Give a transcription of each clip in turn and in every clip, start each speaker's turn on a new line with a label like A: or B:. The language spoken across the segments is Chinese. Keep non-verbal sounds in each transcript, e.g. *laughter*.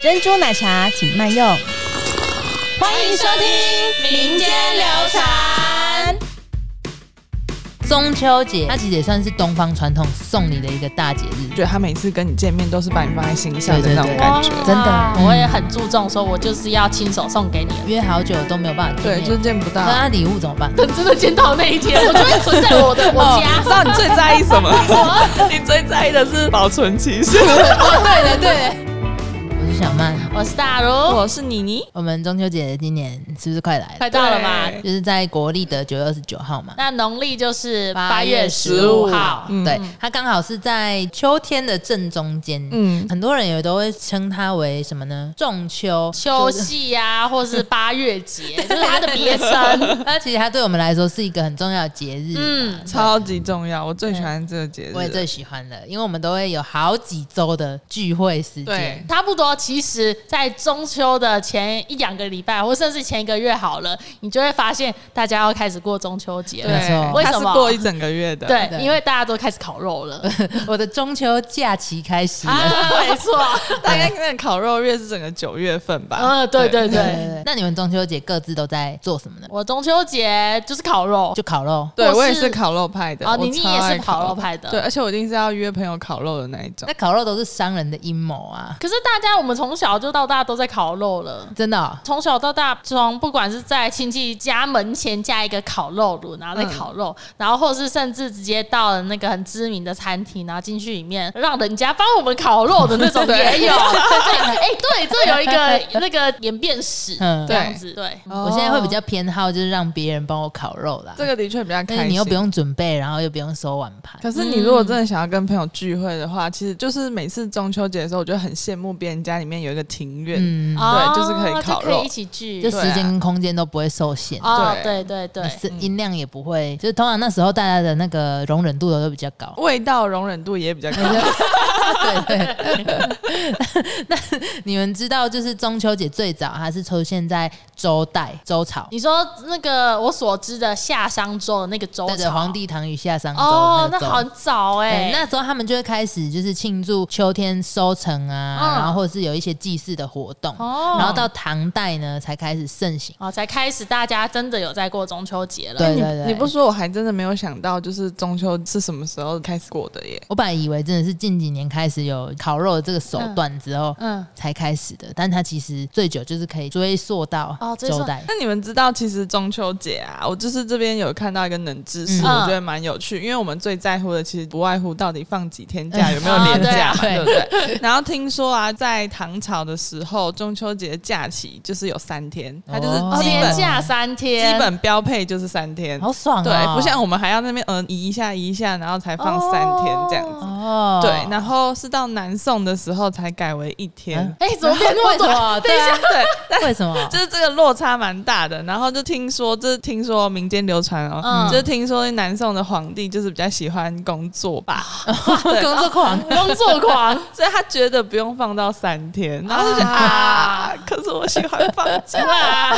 A: 珍珠奶茶请慢用。欢迎收听民间流传。
B: 中秋节，它其实也算是东方传统送礼的一个大节日。
C: 觉得他每次跟你见面都是把你放在心上的那种感觉。
B: 真的
D: 我也很注重，说我就是要亲手送给你了。
B: 约好久都没有办法见
C: 对，
B: 面，
C: 就是见不到。
B: 那他礼物怎么办？
D: 等真的见到那一 *laughs* 天，我就会存在我的我
C: 哦，
D: 家
C: 知。道你最在意
D: *laughs*
C: 什么？你最在意的是保存期限。
B: 对的对。我是小曼，
D: *laughs* 我是大如，
C: 我是妮妮，
B: 我们中秋节今年是不是快来了？
D: 快到了吧？
C: 对
B: 就是在国历的九月二十九号嘛。
D: 那农历就是
B: 8
D: 八
B: 月
D: 月
B: 15
D: 十五号。
C: 嗯
B: 对，它刚好是在秋天的正中间。嗯
C: 嗯，
B: 很多人也都会称它为什么呢？仲秋。
D: 秋夕呀、或是八月节，就是它的别称。
B: 那其实它对我们来说是一个很重要的节日。
D: *laughs* 嗯，
C: 超级重要，我最喜欢这个节日。
B: 我也最喜欢的，因为我们都会有好几周的聚会时间
C: 对。
D: 差不多。其实，在中秋的前一两个礼拜，或甚至前一个月好了，你就会发现大家要开始过中秋节
B: 没
D: 了。
B: 错
C: 对，
D: 为
C: 它
D: 什
C: 是
D: 么
C: 过一整个月的。，
D: 对，
B: 对
D: 因为大家都开始烤肉了。
B: *laughs* 我的中秋假期开始了。 *laughs*
D: 啊，没错。
C: 大概那个烤肉月是整个九月份吧。
D: 嗯，对对对。
B: 那你们中秋节各自都在做什么呢？
D: 我中秋节就是烤肉，
B: 就烤肉。
C: 对，
D: 或是
C: 我也是烤肉派的。
D: 哦
C: 我
D: 你你
C: 超
D: 也是
C: 爱
D: 烤肉派的
C: 对，而且我一定是要约朋友烤肉的那一种
B: 那。烤肉都是商人的阴谋啊！
D: 可是大家，我们从小就到大都在烤肉了。
B: 真的哦、
D: 从小到大，从不管是在亲戚家门前架一个烤肉炉，然后再烤肉，
C: 嗯
D: 然后或是甚至直接到了那个很知名的餐厅，然后进去里面让人家帮我们烤肉的那种
C: *laughs* 对
D: 也有。对，哎、对，这
C: *laughs*
D: 有一个那个演变史
B: 嗯
D: 这样子。对，
B: 我现在会比较偏好就是让别人帮我烤肉啦，
C: 哦这个的确比较开
B: 但是
C: 心。
B: 你又不用准备，然后又不用收碗盘。
C: 可是你如果真的
B: 嗯
C: 想要跟朋友聚会的话，其实就是每次中秋节的时候，我就很羡慕别人家里面有一个庭院，
B: 嗯，
D: 哦
C: 就是可以烤肉
D: 就可以一起聚
B: 就。时间跟空间都不会受限。
D: 哦，
C: 对。
D: 对对对，嗯
B: 是音量也不会，就是通常那时候大家的那个容忍度都比较高
D: 哦
C: 味道容忍度也比较高。
B: 对对。那你们知道，就是中秋节最早它是出现在周代周朝，
D: 你说那个我所知的夏商周的那个周
B: 对对，
D: 朝
B: 皇帝唐与夏商周
D: 哦，
B: 那
D: 那
B: 个周
D: 很早哎、
B: 对，那时候他们就会开始就是庆祝秋天收成啊，
D: 嗯
B: 然后或者是有一些祭祀的活动，
D: 哦
B: 然后到唐代呢才开始盛行。
D: 哦，才开始大家真的有在过中秋节
B: *laughs*
D: 了。
B: 对对对，
C: 你不说，我还真的没有想到，就是中秋是什么时候开始过的耶。
B: 我本来以为真的是近几年开始有烤肉的这个手段之后，
D: 嗯，
B: 才开始的，但它其实最久就是可以追溯到
D: 哦追溯
B: 周代。
C: 那你们知道，其实中秋节啊，我就是这边有看到一个冷知识，
B: 嗯
C: 我觉得蛮有趣，因为我们最在乎的其实不外乎到底放几天假，有没有年假嘛，
B: 嗯哦对
C: *laughs* 对不对？然后听说啊，在唐朝的时候，中秋节假期就是有三天，它就是
B: 哦
C: 基
D: 连
C: 本、
D: 假三天，
C: 基本标配就是三天，
B: 好爽哦！
C: 对，不像我们还要那边嗯移一下移一下，然后才放三天这样子。
B: 哦，
C: 对，然后是到南宋的时候才改为一天。
B: 嗯
D: 哎、怎么变那么
B: 为什
D: 短？
B: 么？对啊，
C: 对，
B: 为什么？
C: 就是这个落差蛮大的。然后就听说，这、是听说民间流传哦，
D: 嗯
C: 就是听说南宋的皇帝就是比较喜欢工作吧，
B: *laughs*
C: 对
B: 工作狂，
D: 工作
B: *laughs* 嗯
D: 狂
C: 所以他觉得不用放到三天，然后就觉得
D: 啊
C: 啊，可是我喜欢放假。
B: *laughs*
D: 啊！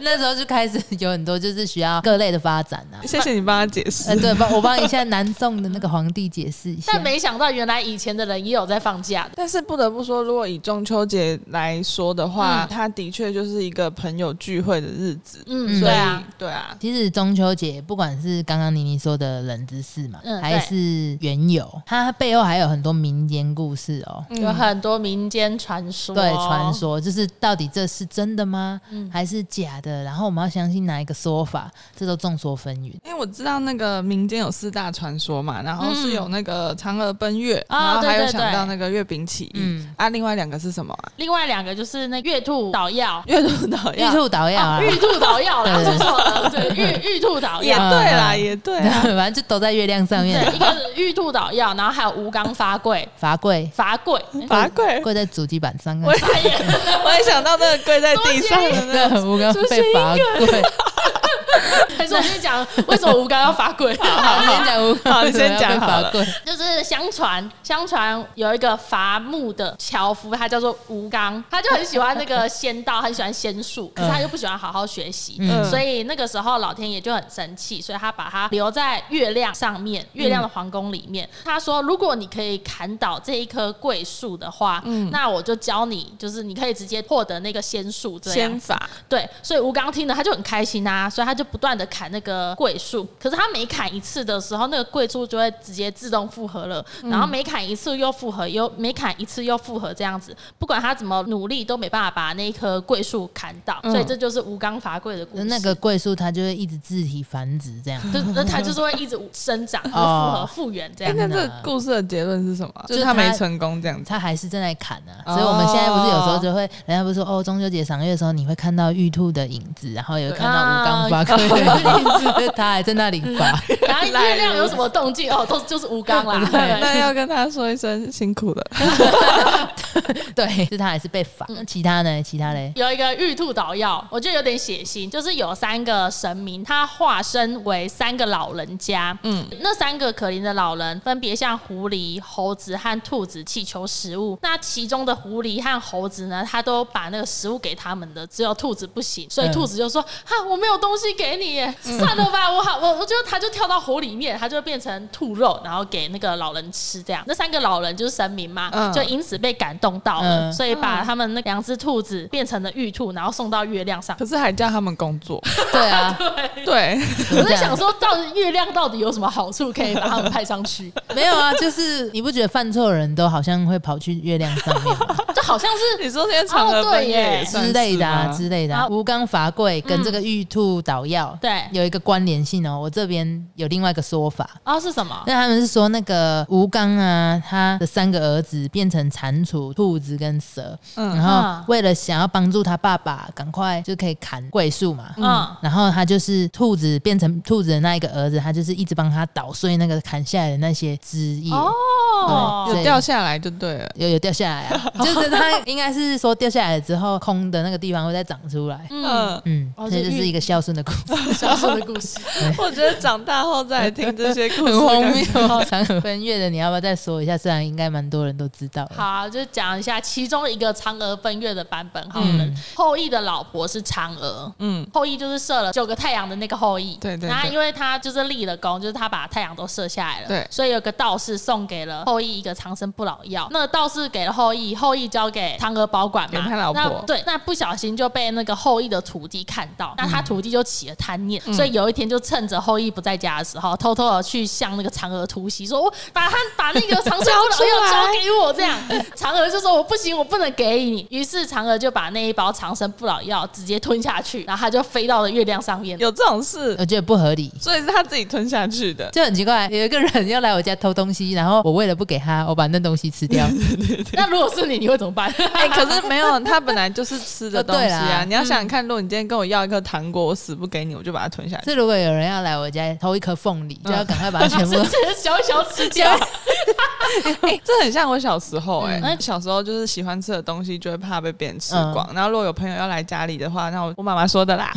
B: 那时候就开始有很多就是需要各类的发展啊。
C: 谢谢你帮他解释。
B: 呃，对，帮我帮一下南宋的那个皇帝解释一下。
D: 但没想到，原来以前的人也有在放假的。
C: 但是不得不说，如果以中秋节来说的话，它的确就是一个朋友聚会的日子。
D: 嗯，
C: 所
D: 对
C: 以
D: 啊，，
C: 对啊，
B: 其实中秋节不管是刚刚妮妮说的冷知识嘛，
D: 嗯对
B: 还是缘由，它背后还有很多民间故事哦。
C: 嗯
D: 嗯有很多民间传说，
B: 对，
C: 哦
B: 传说就是到底这是真的吗？
C: 嗯
B: 还是假的？然后我们要相信哪一个说法？这都众说纷纭。
C: 因为我知道那个民间有四大传说嘛，然后是有那个嫦娥奔月，
D: 啊
C: 然后
D: 对
C: 还有
D: 对对
C: 想到那个月饼起义，
B: 嗯
C: 啊，另外两个是什么啊？
D: 另外两个就是那月兔捣药，哦
C: 月兔岛
B: 玉
C: 呀，
B: 兔捣药
C: 哦
B: 啊， *laughs*
D: 玉兔捣药啦，
B: 对
D: 说错了，对，玉玉兔捣
C: 也
D: 药。
C: *laughs* 对啦，
B: 嗯
C: 也对
B: *laughs*
C: 啊。
B: 反正就都在月亮上面
D: 对，一个是玉兔捣药，然后还有吴刚伐 *laughs* 桂，
B: 罚跪，
D: 伐
B: *laughs*
D: 桂，
C: 罚跪，
B: 跪在主机板上啊
C: 我，
D: *laughs*
C: 也
B: *laughs*
C: 我也想到那个跪在地上的那个，
B: 对，我刚被罚跪。 *laughs*
D: 还是我先讲为什么吴刚要罚跪？
B: 好，你先讲吴刚，
C: 好你
B: *laughs*
C: 先讲好
B: 法
C: 了
B: 棍，
D: *laughs* 就是相传，相传有一个伐木的樵夫，他叫做吴刚，他就很喜欢那个仙道，很喜欢仙术，可是他又不喜欢好好学习，
B: 嗯
D: 所以那个时候老天爷就很生气，所以他把他留在月亮上
B: 嗯
D: 面，月亮的皇宫里面。他说，如果你可以砍倒这一棵桂树的话，
B: 嗯
D: 那我就教你，就是你可以直接获得那个仙术这样
C: 先法
D: 对，啊所以吴刚听了他就很开心啊，所以他就不断的砍那个桂树。可是他每砍一次的时候，那个桂树就会直接自动复合了，
B: 嗯
D: 然后每砍一次又复合，又每砍一次又复合这样子，不管他怎么努力都没办法把那一棵桂树砍倒。所以这就是吴刚伐桂的故事。
B: 嗯那个桂树它就会一直自体繁殖这样。
D: 就那它就是会一直生长、复合、
B: 哦
D: 复原这
C: 哎、
B: *laughs*
D: 样。
C: 那这个故事的结论是什么？就是
B: 是
C: 他
B: 他
C: 没成功这样子。
B: *laughs* 它还是正在砍呢、
C: 哦
B: 所以我们现在不是有时候就会，人家不是说哦，中秋节赏月的时候你会看到玉兔的影子，然后也会看到吴刚发桂的影子， *laughs* 它还在那里发。
D: 然后月亮有什么动静哦，都就是吴
B: *laughs*
D: 刚啦。对
C: 那要跟他说一声辛苦了。
B: 对，是它还是被罚。那其他呢？其他嘞？ *laughs*
D: 有一个玉兔捣药，我觉得有点血腥，就是有三个神明，他化身为三个老人家，嗯，那三个可怜的老人分别向狐狸、猴子和兔子祈求食物。那其中的狐狸和猴子呢，他都把那个食物给他们的，只有兔子不行，所以
B: 嗯
D: 兔子就说：“哈、我没有东西给你耶，算了吧，我好，我我就他就跳到火里面，他就变成兔肉，然后给那个老人吃。这样，那三个老人就是神明嘛，
C: 嗯
D: 就因此被感动到了，
B: 嗯
D: 所以把他们那两只兔子变成了玉兔，然后送到月亮 *laughs* 上
C: 可。是还叫他们工作，
B: 对啊，
C: 对，
B: 我
D: 我在想说，到底月亮到底有什么好处可以把他们派上去？
B: 没有啊，就是你不觉得犯错的人都好像会跑去月亮上面吗
D: *laughs* 就好像
C: 你
D: 是
C: 说现在嫦娥奔月也算
B: 之
C: 是
B: 类的啊
C: 吗
B: 之类的、啊？
D: 好
B: 吴刚伐桂跟这个玉兔捣药、
D: 对
B: 有一个关联性哦。我这边有另外一个说法，
D: *laughs* 啊是什么？
B: 那他们是说那个吴刚啊，他的三个儿子变成蟾蜍、兔子跟蛇，
C: 嗯
B: 然
D: 啊
B: 后为了想要帮助他爸爸，赶快就可以砍桂树嘛。
D: 嗯，
B: 然后他就是兔子变成兔子的那一个儿子，他就是一直帮他捣碎那个砍下来的那些枝叶，
D: 哦，
B: 对
C: 有掉下来就对了。
B: 有有掉下来
D: *laughs*
B: 啊，就是他应该是说掉下来之后空的那个地方会再长出来，
D: 嗯，
C: 嗯，
B: 嗯，
D: 哦
B: 所以这
D: 就
B: 就是
D: 玉
B: 一个孝顺的故
D: *laughs*
B: 事，
D: 小说的故事。
C: 我觉得长大后再来听这些 *laughs* 故事，
B: 很荒
C: 感觉
B: *laughs* 谬。嫦娥奔月的你要不要再说一下？虽然应该蛮多人都知道了，
D: *laughs* 好，就讲一下其中一个嫦娥奔月的版本好了。
B: 嗯
D: 后羿的老婆是嫦娥，
C: 嗯，
D: 后羿就是射了九个太阳的那个后羿。
C: 对对
D: 那
C: 对
D: 因为他就是立了功，就是他把太阳都射下来了。
C: 对
D: 所以有个道士送给了后羿一个长生不老药。那个道士给了后羿，后羿交给嫦娥保管嘛。
C: 给他老婆
D: 那对，那不小心就被那个后羿的徒弟看
C: 嗯
D: 到，那他徒弟就起了贪念，所以有一天就趁着后羿不在家的时候，偷偷的去向那个嫦娥突袭，说：“我把他把那个长生不老
C: *laughs*
D: 药交给我。”这样， *laughs* 嫦娥就说：“我不行，我不能给你。”于是嫦娥就把那一包长生不老药直接吞下去，然后他就飞到了月亮上
C: *laughs*
D: 面。
C: *laughs* 有这种事，
B: 我觉得不合理。
C: 所以是他自己吞下去的。
B: 就很奇怪，有一个人要来我家偷东西，然后我为了不给他，我把那东西吃掉。
D: 那如果是你，你会怎么办？
C: *laughs* 哎、可是没有，他本来就是吃的东西
B: *laughs* 哦对
C: 啊。
B: 啦
C: 你要想想看，如果你今天跟我要一颗糖果，我死不给你，我就把它吞下去。
B: 所以如果有人要来我家偷一颗凤梨，就要赶快把它全部
D: *laughs* 是小小吃掉，
C: 哎这很像我小时候哎、
D: 嗯
C: 小时候就是喜欢吃的东西，就会怕被别人吃光。
B: 嗯
C: 然后如果有朋友要来家里的话，那我我妈妈
B: *laughs*
C: 说的啦，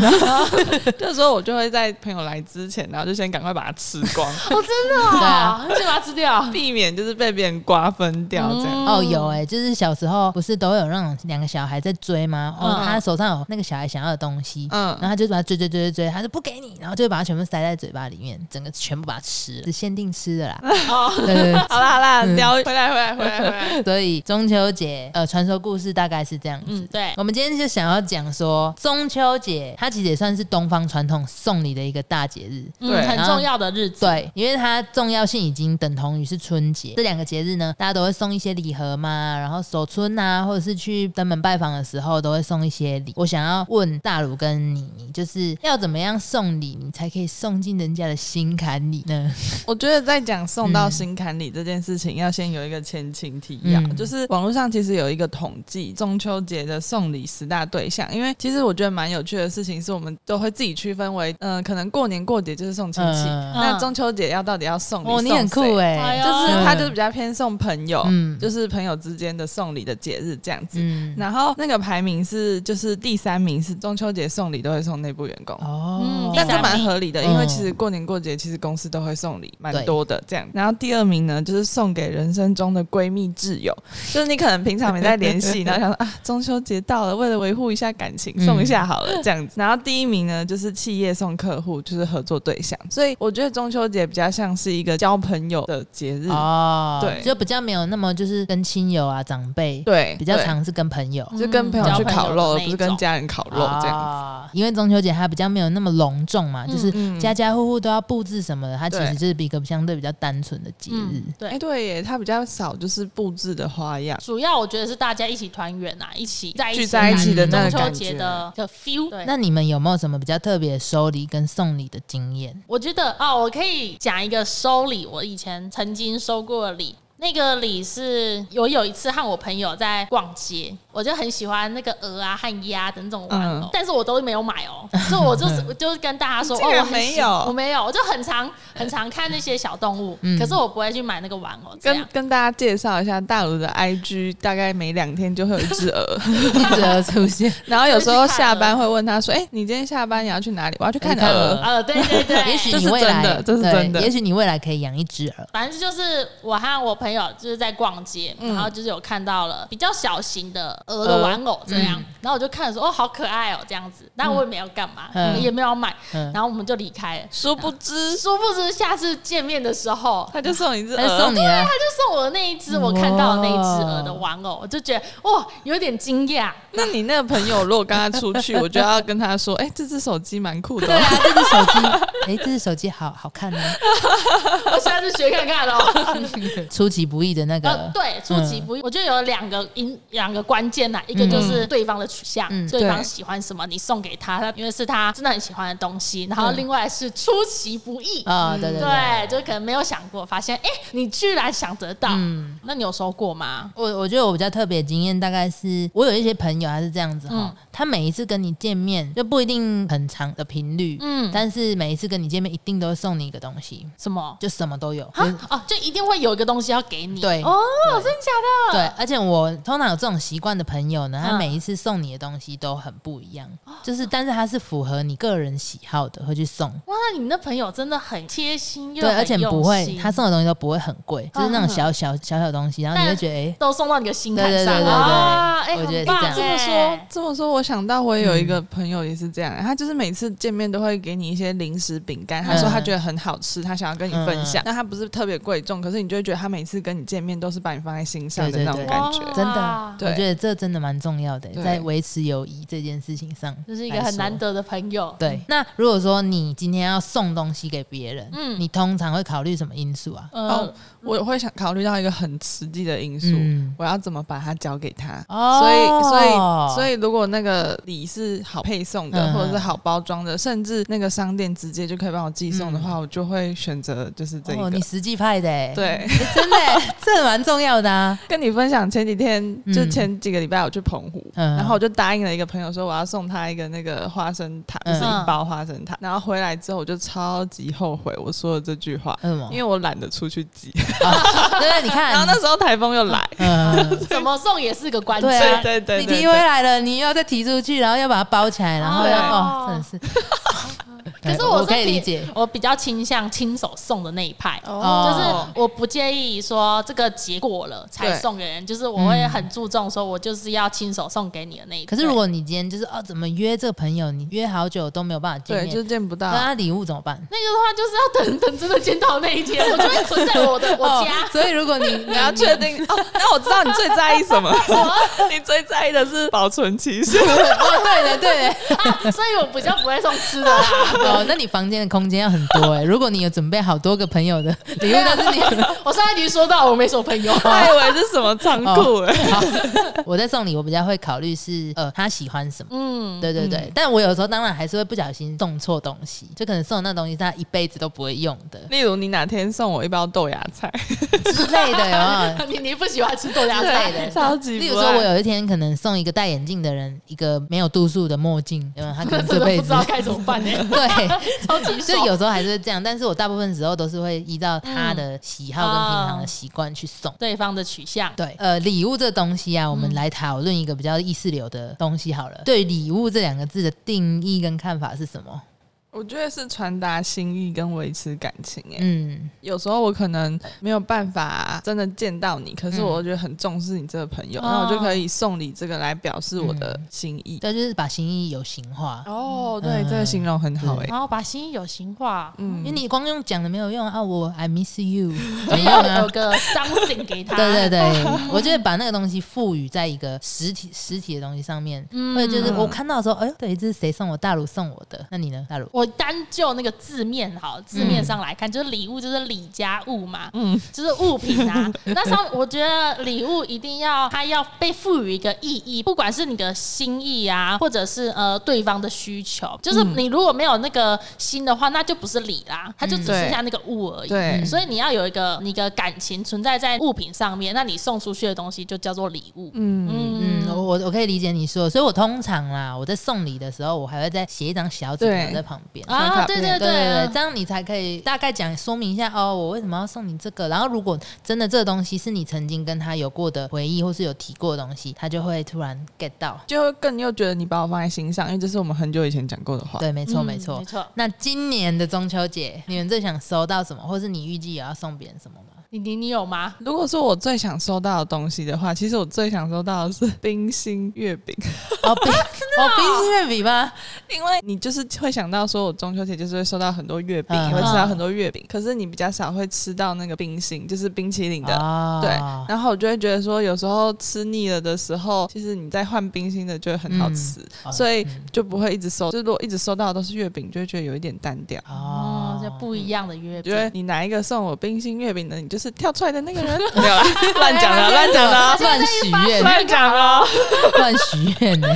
C: *laughs* 这时候我就会在朋友来之前，然后就先赶快把它吃光，
D: 哦，真的
B: 对啊，
D: 啊就把它吃掉。
C: 避免就是被别人瓜分掉这样。
B: 哦，有哎、就是小时候不是都有那种两个小孩在追吗？哦，
C: 嗯
B: 他手上有那个小孩想要的东西，
C: 嗯
B: 嗯，然后他就把他追追追追追，他就不给你，然后就把它全部塞在嘴巴里面，整个全部把它吃了，只限定吃的啦。
D: *laughs* 哦
B: 对对对
C: 好啦好啦，聊回来回来回来回来。
B: 所以中秋节，呃，传说故事大概是这样子。
D: 嗯，对，
B: 我们今天就想要讲说，中秋节它其实也算是东方传统送礼的一个大节日。
D: 嗯
C: 对
D: 很重要的日子。
B: 对，因为它重要性已经等同于是春节这两个节日呢，大家都会送一些礼盒嘛，然后守春啊，或者是去登门拜访的时候都会送一些礼。我想要问大鲁跟妮妮，就是要怎么样送礼，你才可以送进人家的心坎里
C: *laughs*
B: 呢？
C: *laughs* 我觉得在讲送到心坎里这件事情，要先有一个前情提要，
B: 嗯
C: 就是网络上其实有一个统计中秋节的送礼十大对象，因为其实我觉得蛮有趣的事情是，我们都会自己区分为，嗯、可能过年过节就是送亲戚，
B: 嗯
C: 那中秋节要到底要送礼、
B: 哦，你很
C: 送
B: 酷
C: 谁
B: 哎、
D: 哎呦
C: 就是它就是比较偏送朋友，
B: 嗯
C: 就是朋友之间的送礼的节日这样子。
B: 嗯，
C: 然后那个排名是，就是第三名是中秋节送礼都会送内部员工，
B: 哦
D: 嗯，
C: 但
D: 第
C: 这
D: 三
C: 蛮
D: 名
C: 合理的，
B: 嗯
C: 因为其实过年过节其实公司都会送礼蛮
B: 对
C: 多的这样。然后第二名呢，就是送给人生中的闺蜜挚友，就是你可能平常没在联系，然后想说啊，中秋节到了，为了维护一下感情，
B: 嗯
C: 送一下好了这样子。然后第一名呢，就是企业送客户，就是合作对象。所以我觉得中秋节比较像是一个交朋友的节日，
B: 哦，
C: 对
B: 就比较没有那么就是跟亲友啊、长辈，
C: 对，
B: 比较
C: 对，
B: 常是跟朋友。
C: 就跟朋友去烤肉，而不是跟
D: 家。
C: 家人烤肉这样子。
B: 啊因为中秋节它比较没有那么隆重嘛，
D: 嗯
B: 就是
C: 嗯
B: 家家户户都要布置什么的，它其
C: 对
B: 实就是一个相对比较单纯的节日。
D: 嗯，
C: 哎、
D: 对，
C: 对耶，它比较少，就是布置的花样。
D: 主要我觉得是大家一起团圆啊，一起在一起
C: 聚在一
B: 起的那个
D: 中秋
C: 感
D: 节
C: 觉
D: 的的 feel。对
B: 那你们有没有什么比较特别的收礼跟送礼的经
C: *laughs*
B: 验？
D: 我觉得哦，我可以讲一个收礼，我以前曾经收过的礼。那个礼是我有一次和我朋友在逛街，我就很喜欢那个鹅啊和鸭的那种玩偶，
C: 嗯
D: 但是我都没有买哦，所以我
C: *laughs*
D: 就是我就是跟大家说，
C: 你
D: 哦，
C: 竟然
D: 我很喜
C: 没有
D: 我没有，我就很常很常看那些小动物，
B: 嗯
D: 可是我不会去买那个玩偶，这
C: 跟
D: 样
C: 跟大家介绍一下，大鲁的 IG 大概每两天就会有一只鹅， *laughs*
B: 一直而出现，
C: 然后有时候
D: 就是去看
C: 下
D: 鹅
C: 班会问他说：“哎、你今天下班你要去哪里？我要去看
B: 去看
C: 鹅。
B: 鹅
D: 呃，对对对，
C: *laughs*
B: 也许
C: 这
B: 你
C: 是
B: 未
C: 真
B: 来
C: 的这是
B: 对
C: 真的
B: 也许你未来可以养一只鹅。
D: 反正就是我和我朋友就是在逛街，
B: 嗯
D: 然后就是有看到了比较小型的鹅的玩偶这
B: 嗯
D: 样，然后我就看着说哦好可爱哦这样子，但我也没有干嘛，
B: 嗯
D: 也没有买，
B: 嗯
D: 然后我们就离开了。
C: 殊不知，
D: 殊不知下次见面的时候，
C: 他就送你一只
B: 那就
C: 鹅
B: 送。你哎了
D: 他，就送我那一只我看到的那一只鹅的玩偶，我就觉得哇有点惊讶，
C: 那你那个朋友如果跟他出去，我就要跟他说：“哎、这只手机蛮酷的、
B: 对
C: 哦。
B: 啊，这只手机，哎、这只手机好好看
C: *laughs*
B: 呢、
D: 我下次学看
B: *laughs*
D: 看喽。
B: 出其不意的嗯那个，
D: 呃，对，出其不意，我觉得有两个因两个关键呐，一个就是对方的取向，
B: 嗯
D: 对方
C: 对
D: 喜欢什么，你送给他，他因为是他真的很喜欢的东西，然后
B: 嗯
D: 另外是出其不意。
B: 啊、对对对。
D: 对，就可能没有想过，发现哎、你居然想得到，
B: 嗯
D: 那你有收过吗？
B: 我我觉得我比较特别的经验，大概是我有一些朋友他是这样子哈、
D: 嗯
B: 他每一次跟你见面就不一定很长的频率，
D: 嗯，
B: 但是每一次跟你见面一定都会送你一个东西，
D: 什么？
B: 就什么都有。
D: 啊哦，就一定会有一个东西要给你。
B: 嗯对
D: 哦，
B: 对
D: 真的假
B: 对
D: 的？，
B: 而且我通常有这种习惯的朋友呢，他
D: 嗯哦
B: 每一次送你的东西都很不一样，就是但是他是符合你个人喜好的会去送，
D: 哇，那你那朋友真的很贴心又
B: 对，而
D: 很
B: 且
D: 用
B: 不会
D: 心
B: 他送的东西都不会很贵，就是那种
D: 嗯
B: 小小小小东西，然后你
D: 但
B: 会觉得哎、诶
D: 都送到你的心
B: 对
D: 坎
B: 对
D: 上
B: 对对对
D: 啊！哎、
B: 我觉得是这
D: 很棒
B: 样
D: 哎，
C: 这么说，这么说，我想到我也有一
B: 嗯
C: 个朋友也是这样，他就是每次见面都会给你一些零食饼干，他
B: 嗯
C: 说他觉得很好吃，他想要跟你分享。那他不是特别贵重，可是你就会觉得他每次跟你见面都是把你放在心上的那种感觉。
D: 哇
B: 真的，
C: 对
B: 我觉得这真的蛮重要的，
C: 对
B: 在维持友谊这件事情上，
D: 这是一个很难。得的朋友。
B: 对，嗯那如果说你今天要送东西给别人，
D: 嗯
B: 你通常会考虑什么因素啊？
D: 呃
C: 哦，，我会想考虑到一个很实际的因素，
B: 嗯
C: 我要怎么把它交给他。
D: 嗯
B: 哦
C: 所以，所以，
D: 哦
C: 所以，如果那个礼是好配送的，
B: 嗯
C: 或者是好包装的，甚至那个商店直接就可以帮我寄送的话，我就会选择就是这一
B: 嗯哦，
C: 个
B: 你。实际派的、欸，
C: 对，
B: 欸 *laughs* 真的、欸，这蛮重要的啊。
C: 跟你分享前几天，
B: 嗯
C: 就前几个礼拜我去澎湖，
B: 嗯
C: 然后我就答应了一个朋友说我要送他一个那个花生糖，
B: 嗯
C: 就是一包花生糖。然后回来之后我就超级后悔我说了这句话，
B: 为什么
C: 因？为我懒得出去寄。
B: 对嗯哦 *laughs* 对，你看，
C: 然后那时候台风又来，
B: 嗯，
D: 怎么送也是个关
B: 对啊
D: 键。
C: 对对对
B: 你
C: 对
B: 提回来了，你又要再提出去，然后要把它包起来，然后
D: 哦
B: 要哦，真的
C: 啊
B: 是。
D: *laughs* 可是
B: 对我可以
D: 比
B: 理解，
D: 我比较倾向亲手送的那一派。
B: 哦
D: 就是我不介意说这个结果了才
C: 对
D: 送给人，就是我会很注重说，我就是要亲手送给你的那一派。
B: 可是如果你今天就是哦，怎么约这个朋友，你约好久都没有办法见
C: 对，
B: 面，啊
C: 就啊见不到
B: 那。他礼物怎么办？
D: 那个的话，就是要等等真的见到那
B: *laughs*
D: 一天，我就会存在我的我家
B: 哦。所以如果你
C: 你要确定哦，那我知道你最在意什么，你最在意的是保存期 *laughs* 限。
B: 哦，对的对的，
D: 啊，所以我 *laughs* 比较不会送吃的
B: *laughs*
D: 啦。
B: 哦，那你房间的空间要很多哎、如果你有准备好多个朋友的礼物，但是你
D: 我上一集说到我没什么朋友，
B: 哦
C: 他以为是什么仓库哎，
B: 我在送礼，我比较会考虑是呃他喜欢什么。
D: 嗯，
B: 对对对，但我有时候当然还是会不小心送错东西，就可能送的那东西是他一辈子都不会用的
C: 例如你哪天送我一包豆芽菜，
B: 之类的，有没有？
D: *laughs* 你你不喜欢吃豆芽菜
B: 哦对
D: 的，
C: *laughs* 超级不
B: 例
C: 爱。
B: 如说，我有一天可能送一个戴眼镜的人一个没有度数的墨镜，因为他可能
D: *laughs* 真
B: 这
D: *laughs* 的
B: 辈
D: 不知
B: 子
D: 道该怎么办呢、
B: 对，对，
D: 超级
B: 就
D: 爽。
B: 有时候还是会这样，但是我大部分时候都是会依照他的喜好跟平
D: 嗯
B: 常的习惯去送。
D: 对方的取向，
B: 对，呃，礼物这东西啊，我们来讨论一个比较意识流的东西好了。对“礼物”这两个字的定义跟看法是什么？
C: 我觉得是传达心意跟维持感情、欸。
B: 嗯，
C: 有时候我可能没有办法真的见到你，可是
B: 嗯
C: 我觉得很重视你这个朋友，
D: 哦
C: 那、我就可以送礼这个来表示我的心意。
B: 嗯对，就是把心意有形化。
C: 哦，对，这个形容很好哎、欸
D: 然后把心意有形化，
C: 嗯
B: 因为你光用讲的没有用啊，我 I miss you 没用啊
D: 有，个 something 给他，
B: *laughs* 对对对，我觉得把那个东西赋予在一个实体实体的东西上面，
D: 嗯
B: 或者就是我看到的时候，哎呦，对，这是谁送我？大鲁送我的。那你呢，大鲁？
D: 我单就那个字面好，字面上来看，就是礼物就是礼加物嘛，
C: 嗯
D: 嗯，就是物品啊。那上我觉得礼物一定要它要被赋予一个意义，不管是你的心意啊，或者是呃对方的需求，就是你如果没有那个心的话，那就不是礼啦，它就只剩下那个物而
B: 嗯
D: 已。
C: 对
D: 所以你要有一个你的感情存在在物品上面，那你送出去的东西就叫做礼物。
C: 嗯
D: 嗯
B: 嗯，我我我可以理解你说的，所以我通常啦，我在送礼的时候，我还会再写一张小纸条
C: 对
B: 在旁边。
C: 小卡
D: 啊，对对
B: 对对
D: 对
B: 对，，这样你才可以大概讲说明一下哦，我为什么要送你这个。然后，如果真的这个东西是你曾经跟他有过的回忆，或是有提过的东西，他就会突然 get 到。
C: 就会更又觉得你把我放在心上，因为这是我们很久以前讲过的话。
B: 对，没错，
D: 嗯
B: 没错
D: 没。错。
B: 那今年的中秋节，你们最想收到什么，或是你预计也要送别人什么吗？
D: 你你你有吗？
C: 如果说我最想收到的东西的话，其实我最想收到的是冰心月饼，
B: 哦， *laughs* 冰哦，冰心月饼吗？
C: 因为你就是会想到说，我中秋节就是会收到很多月饼，
B: 嗯
C: 也会吃到很多月饼，可是你比较少会吃到那个冰心，就是冰淇淋的。
B: 啊
C: 对，然后我就会觉得说，有时候吃腻了的时候，其实你再换冰心的就会很好吃， *laughs*
B: 嗯
C: 所以
B: 嗯
C: 就不会一直收。就如果一直收到的都是月饼，就会觉得有一点单调。
D: 哦，就不一样的月
C: 觉
D: 饼。
C: 得你哪一个送我冰心月饼的，你就是跳出来的那个
B: *laughs*
C: 人。没有啦，乱讲
B: 哎
C: 的，乱讲的，
B: 乱许愿，
C: 乱讲了。
B: *laughs* 乱许愿呢。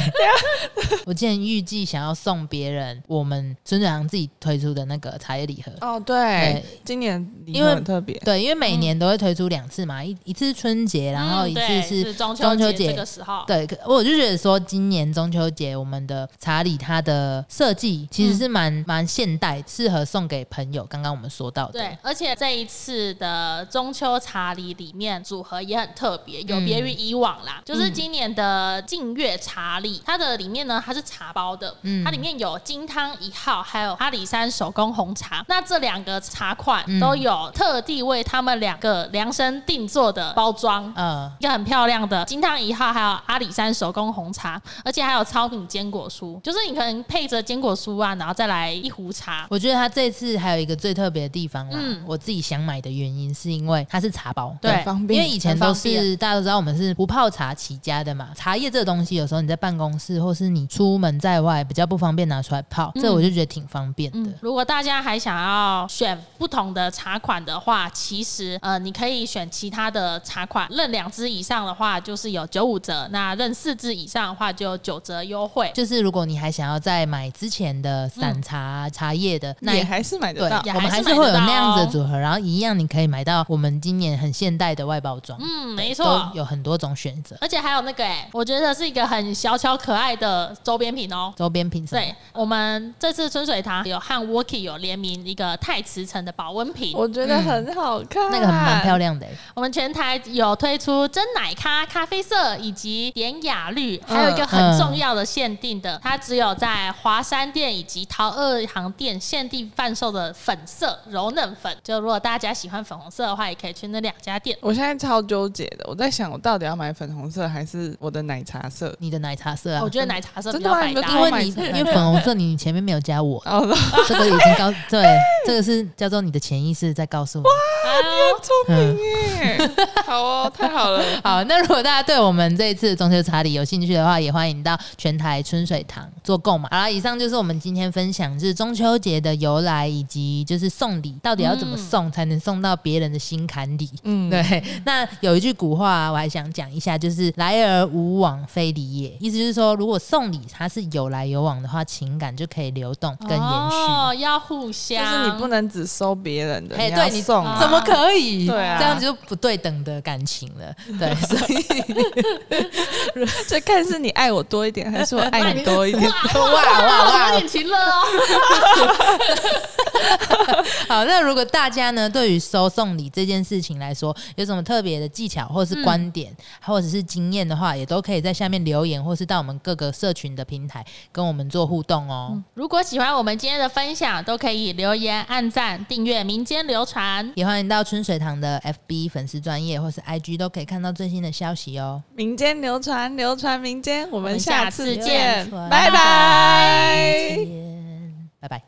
B: *laughs* 我之前预计想要送别人我们孙转阳自己推出的那个茶叶礼盒。
C: 哦，
B: 对
C: 对，今年礼
B: 因为
C: 盒很特别，
B: 对，因为每年都会推出两次嘛，一一次是春节， *laughs* 然后一次
D: 嗯对
B: 是
D: 中
B: 中秋节
D: 这个时候，
B: 对，可我就觉得说，今年中秋节我们的茶礼它的设计其实是蛮蛮、现代，适合送给朋友。刚刚我们说到的，
D: 对，而且这一次的中秋茶礼里面组合也很特别，
B: 嗯
D: 有别于以往啦。就是今年的净月茶礼，它的里面呢，它是茶包的，
B: 嗯
D: 它里面有金汤一号，还有阿里山手工红茶。那这两个茶款
B: 嗯
D: 都有特地为他们两个量身定做的包装。
B: 呃，
D: 一个很漂亮的金汤一号，还有阿里山手工红茶，而且还有超品坚果酥，就是你可能配着坚果酥啊，然后再来一壶茶。
B: 我觉得它这次还有一个最特别的地方啦，
D: 嗯
B: 我自己想买的原因是因为它是茶包，
D: 对
C: 很方
B: 因
C: 便。
B: 为以前
D: 很方
B: 都是大家都知道我们是不泡茶起家的嘛，茶叶这个东西有时候你在办公室或是你出门在外比较不方便拿出来泡，这
D: 嗯
B: 我就觉得挺方便的
D: 嗯。，如果大家还想要选不同的茶款的话，其实呃，你可以选其他的茶款，认两支以上的话就是有九五折，那认四支以上的话就有九折优惠。
B: 就是如果你还想要再买之前的散茶、茶叶的那一
C: 也还是买得
B: 对，
C: 到
D: 嗯也，
B: 我们
D: 还
B: 还
D: 是
B: 是会
D: 买
B: 有
D: 得
B: 那样子的
D: 到哦
B: 组合，然后一样你可以买到我们今年很现代的外包装，
D: 嗯，没
B: 没
D: 错。
B: 有很多种选择，
D: 而且还有那个哎、我觉得是一个很小巧可爱的周边品哦、
B: 周边品什么
D: 对，我们这次春水堂有和 Worky 有联名一个太慈城的保温瓶，
C: 我觉得很好看，
B: 嗯那个很蛮漂
C: 亮。
B: 亮的欸、
D: 我们全台有推出真奶咖咖啡色以及典雅绿，还有一个
B: 嗯
D: 很重要的限定的，它只有在华山店以及桃二行店限定贩售的粉色柔嫩粉。就如果大家喜欢粉红色的话，也可以去那两家店。
C: 我现在超纠结的，我在想我到底要买粉红色还是我的奶
B: *laughs*
C: 茶色？
B: 你的奶茶色啊
D: 我，觉得奶茶色比
C: 嗯真
D: 较
C: 的
D: 百
C: 吗
D: 搭，
C: 你
B: 因
C: 们都
B: 为你
C: 哦我买，
B: 因为粉红色你前面没有加我
C: 哦，
B: 这个已经告对，这个是叫做你的潜意识在告诉我。
D: 啊
C: 聪明耶！好哦，太好了。
B: *laughs* 好，那如果大家对我们这一次的中秋茶礼有兴趣的话，也欢迎到全台春水堂做购买。好了，以上就是我们今天分享，就是中秋节的由来，以及就是送礼到底要怎么送、才能送到别人的心坎里。
C: 嗯，
B: 对，那有一句古话、我还想讲一下，就是“来而无往非礼也”，意思就是说，如果送礼它是有来有往的话，情感就可以流动跟延续。
D: 哦，要互
C: 就
D: 相，
C: 是你
D: *laughs*
C: 你不能只收别人的，
B: 哎，
C: 要
B: 对你
C: 送啊 *laughs*
B: 怎么可以？
C: 对啊
B: 这样就不对等的感情了。对，所以
C: 这看是你爱我多一点，还是我爱你多一点？ *laughs*
D: 哇哇哇！有点情乐哦，
B: *laughs* 好，那如果大家呢对于收送礼这件事情来说，有什么特别的技巧或是观点，或者是经验的话，也都可以在下面留言，或是到我们各个社群的平台跟我们做互动哦。
D: 如果喜欢我们今天的分享，都可以留言、按赞、订阅《民间流传》。
B: 也欢迎到春水堂的 FB 粉丝专业或是 IG 都可以看到最新的消息哦。
C: 民间流传，流传民间，我
D: 们
C: 们
D: 下
C: 下
D: 次
C: 次
D: 见
C: 见，拜拜
B: 再见拜拜。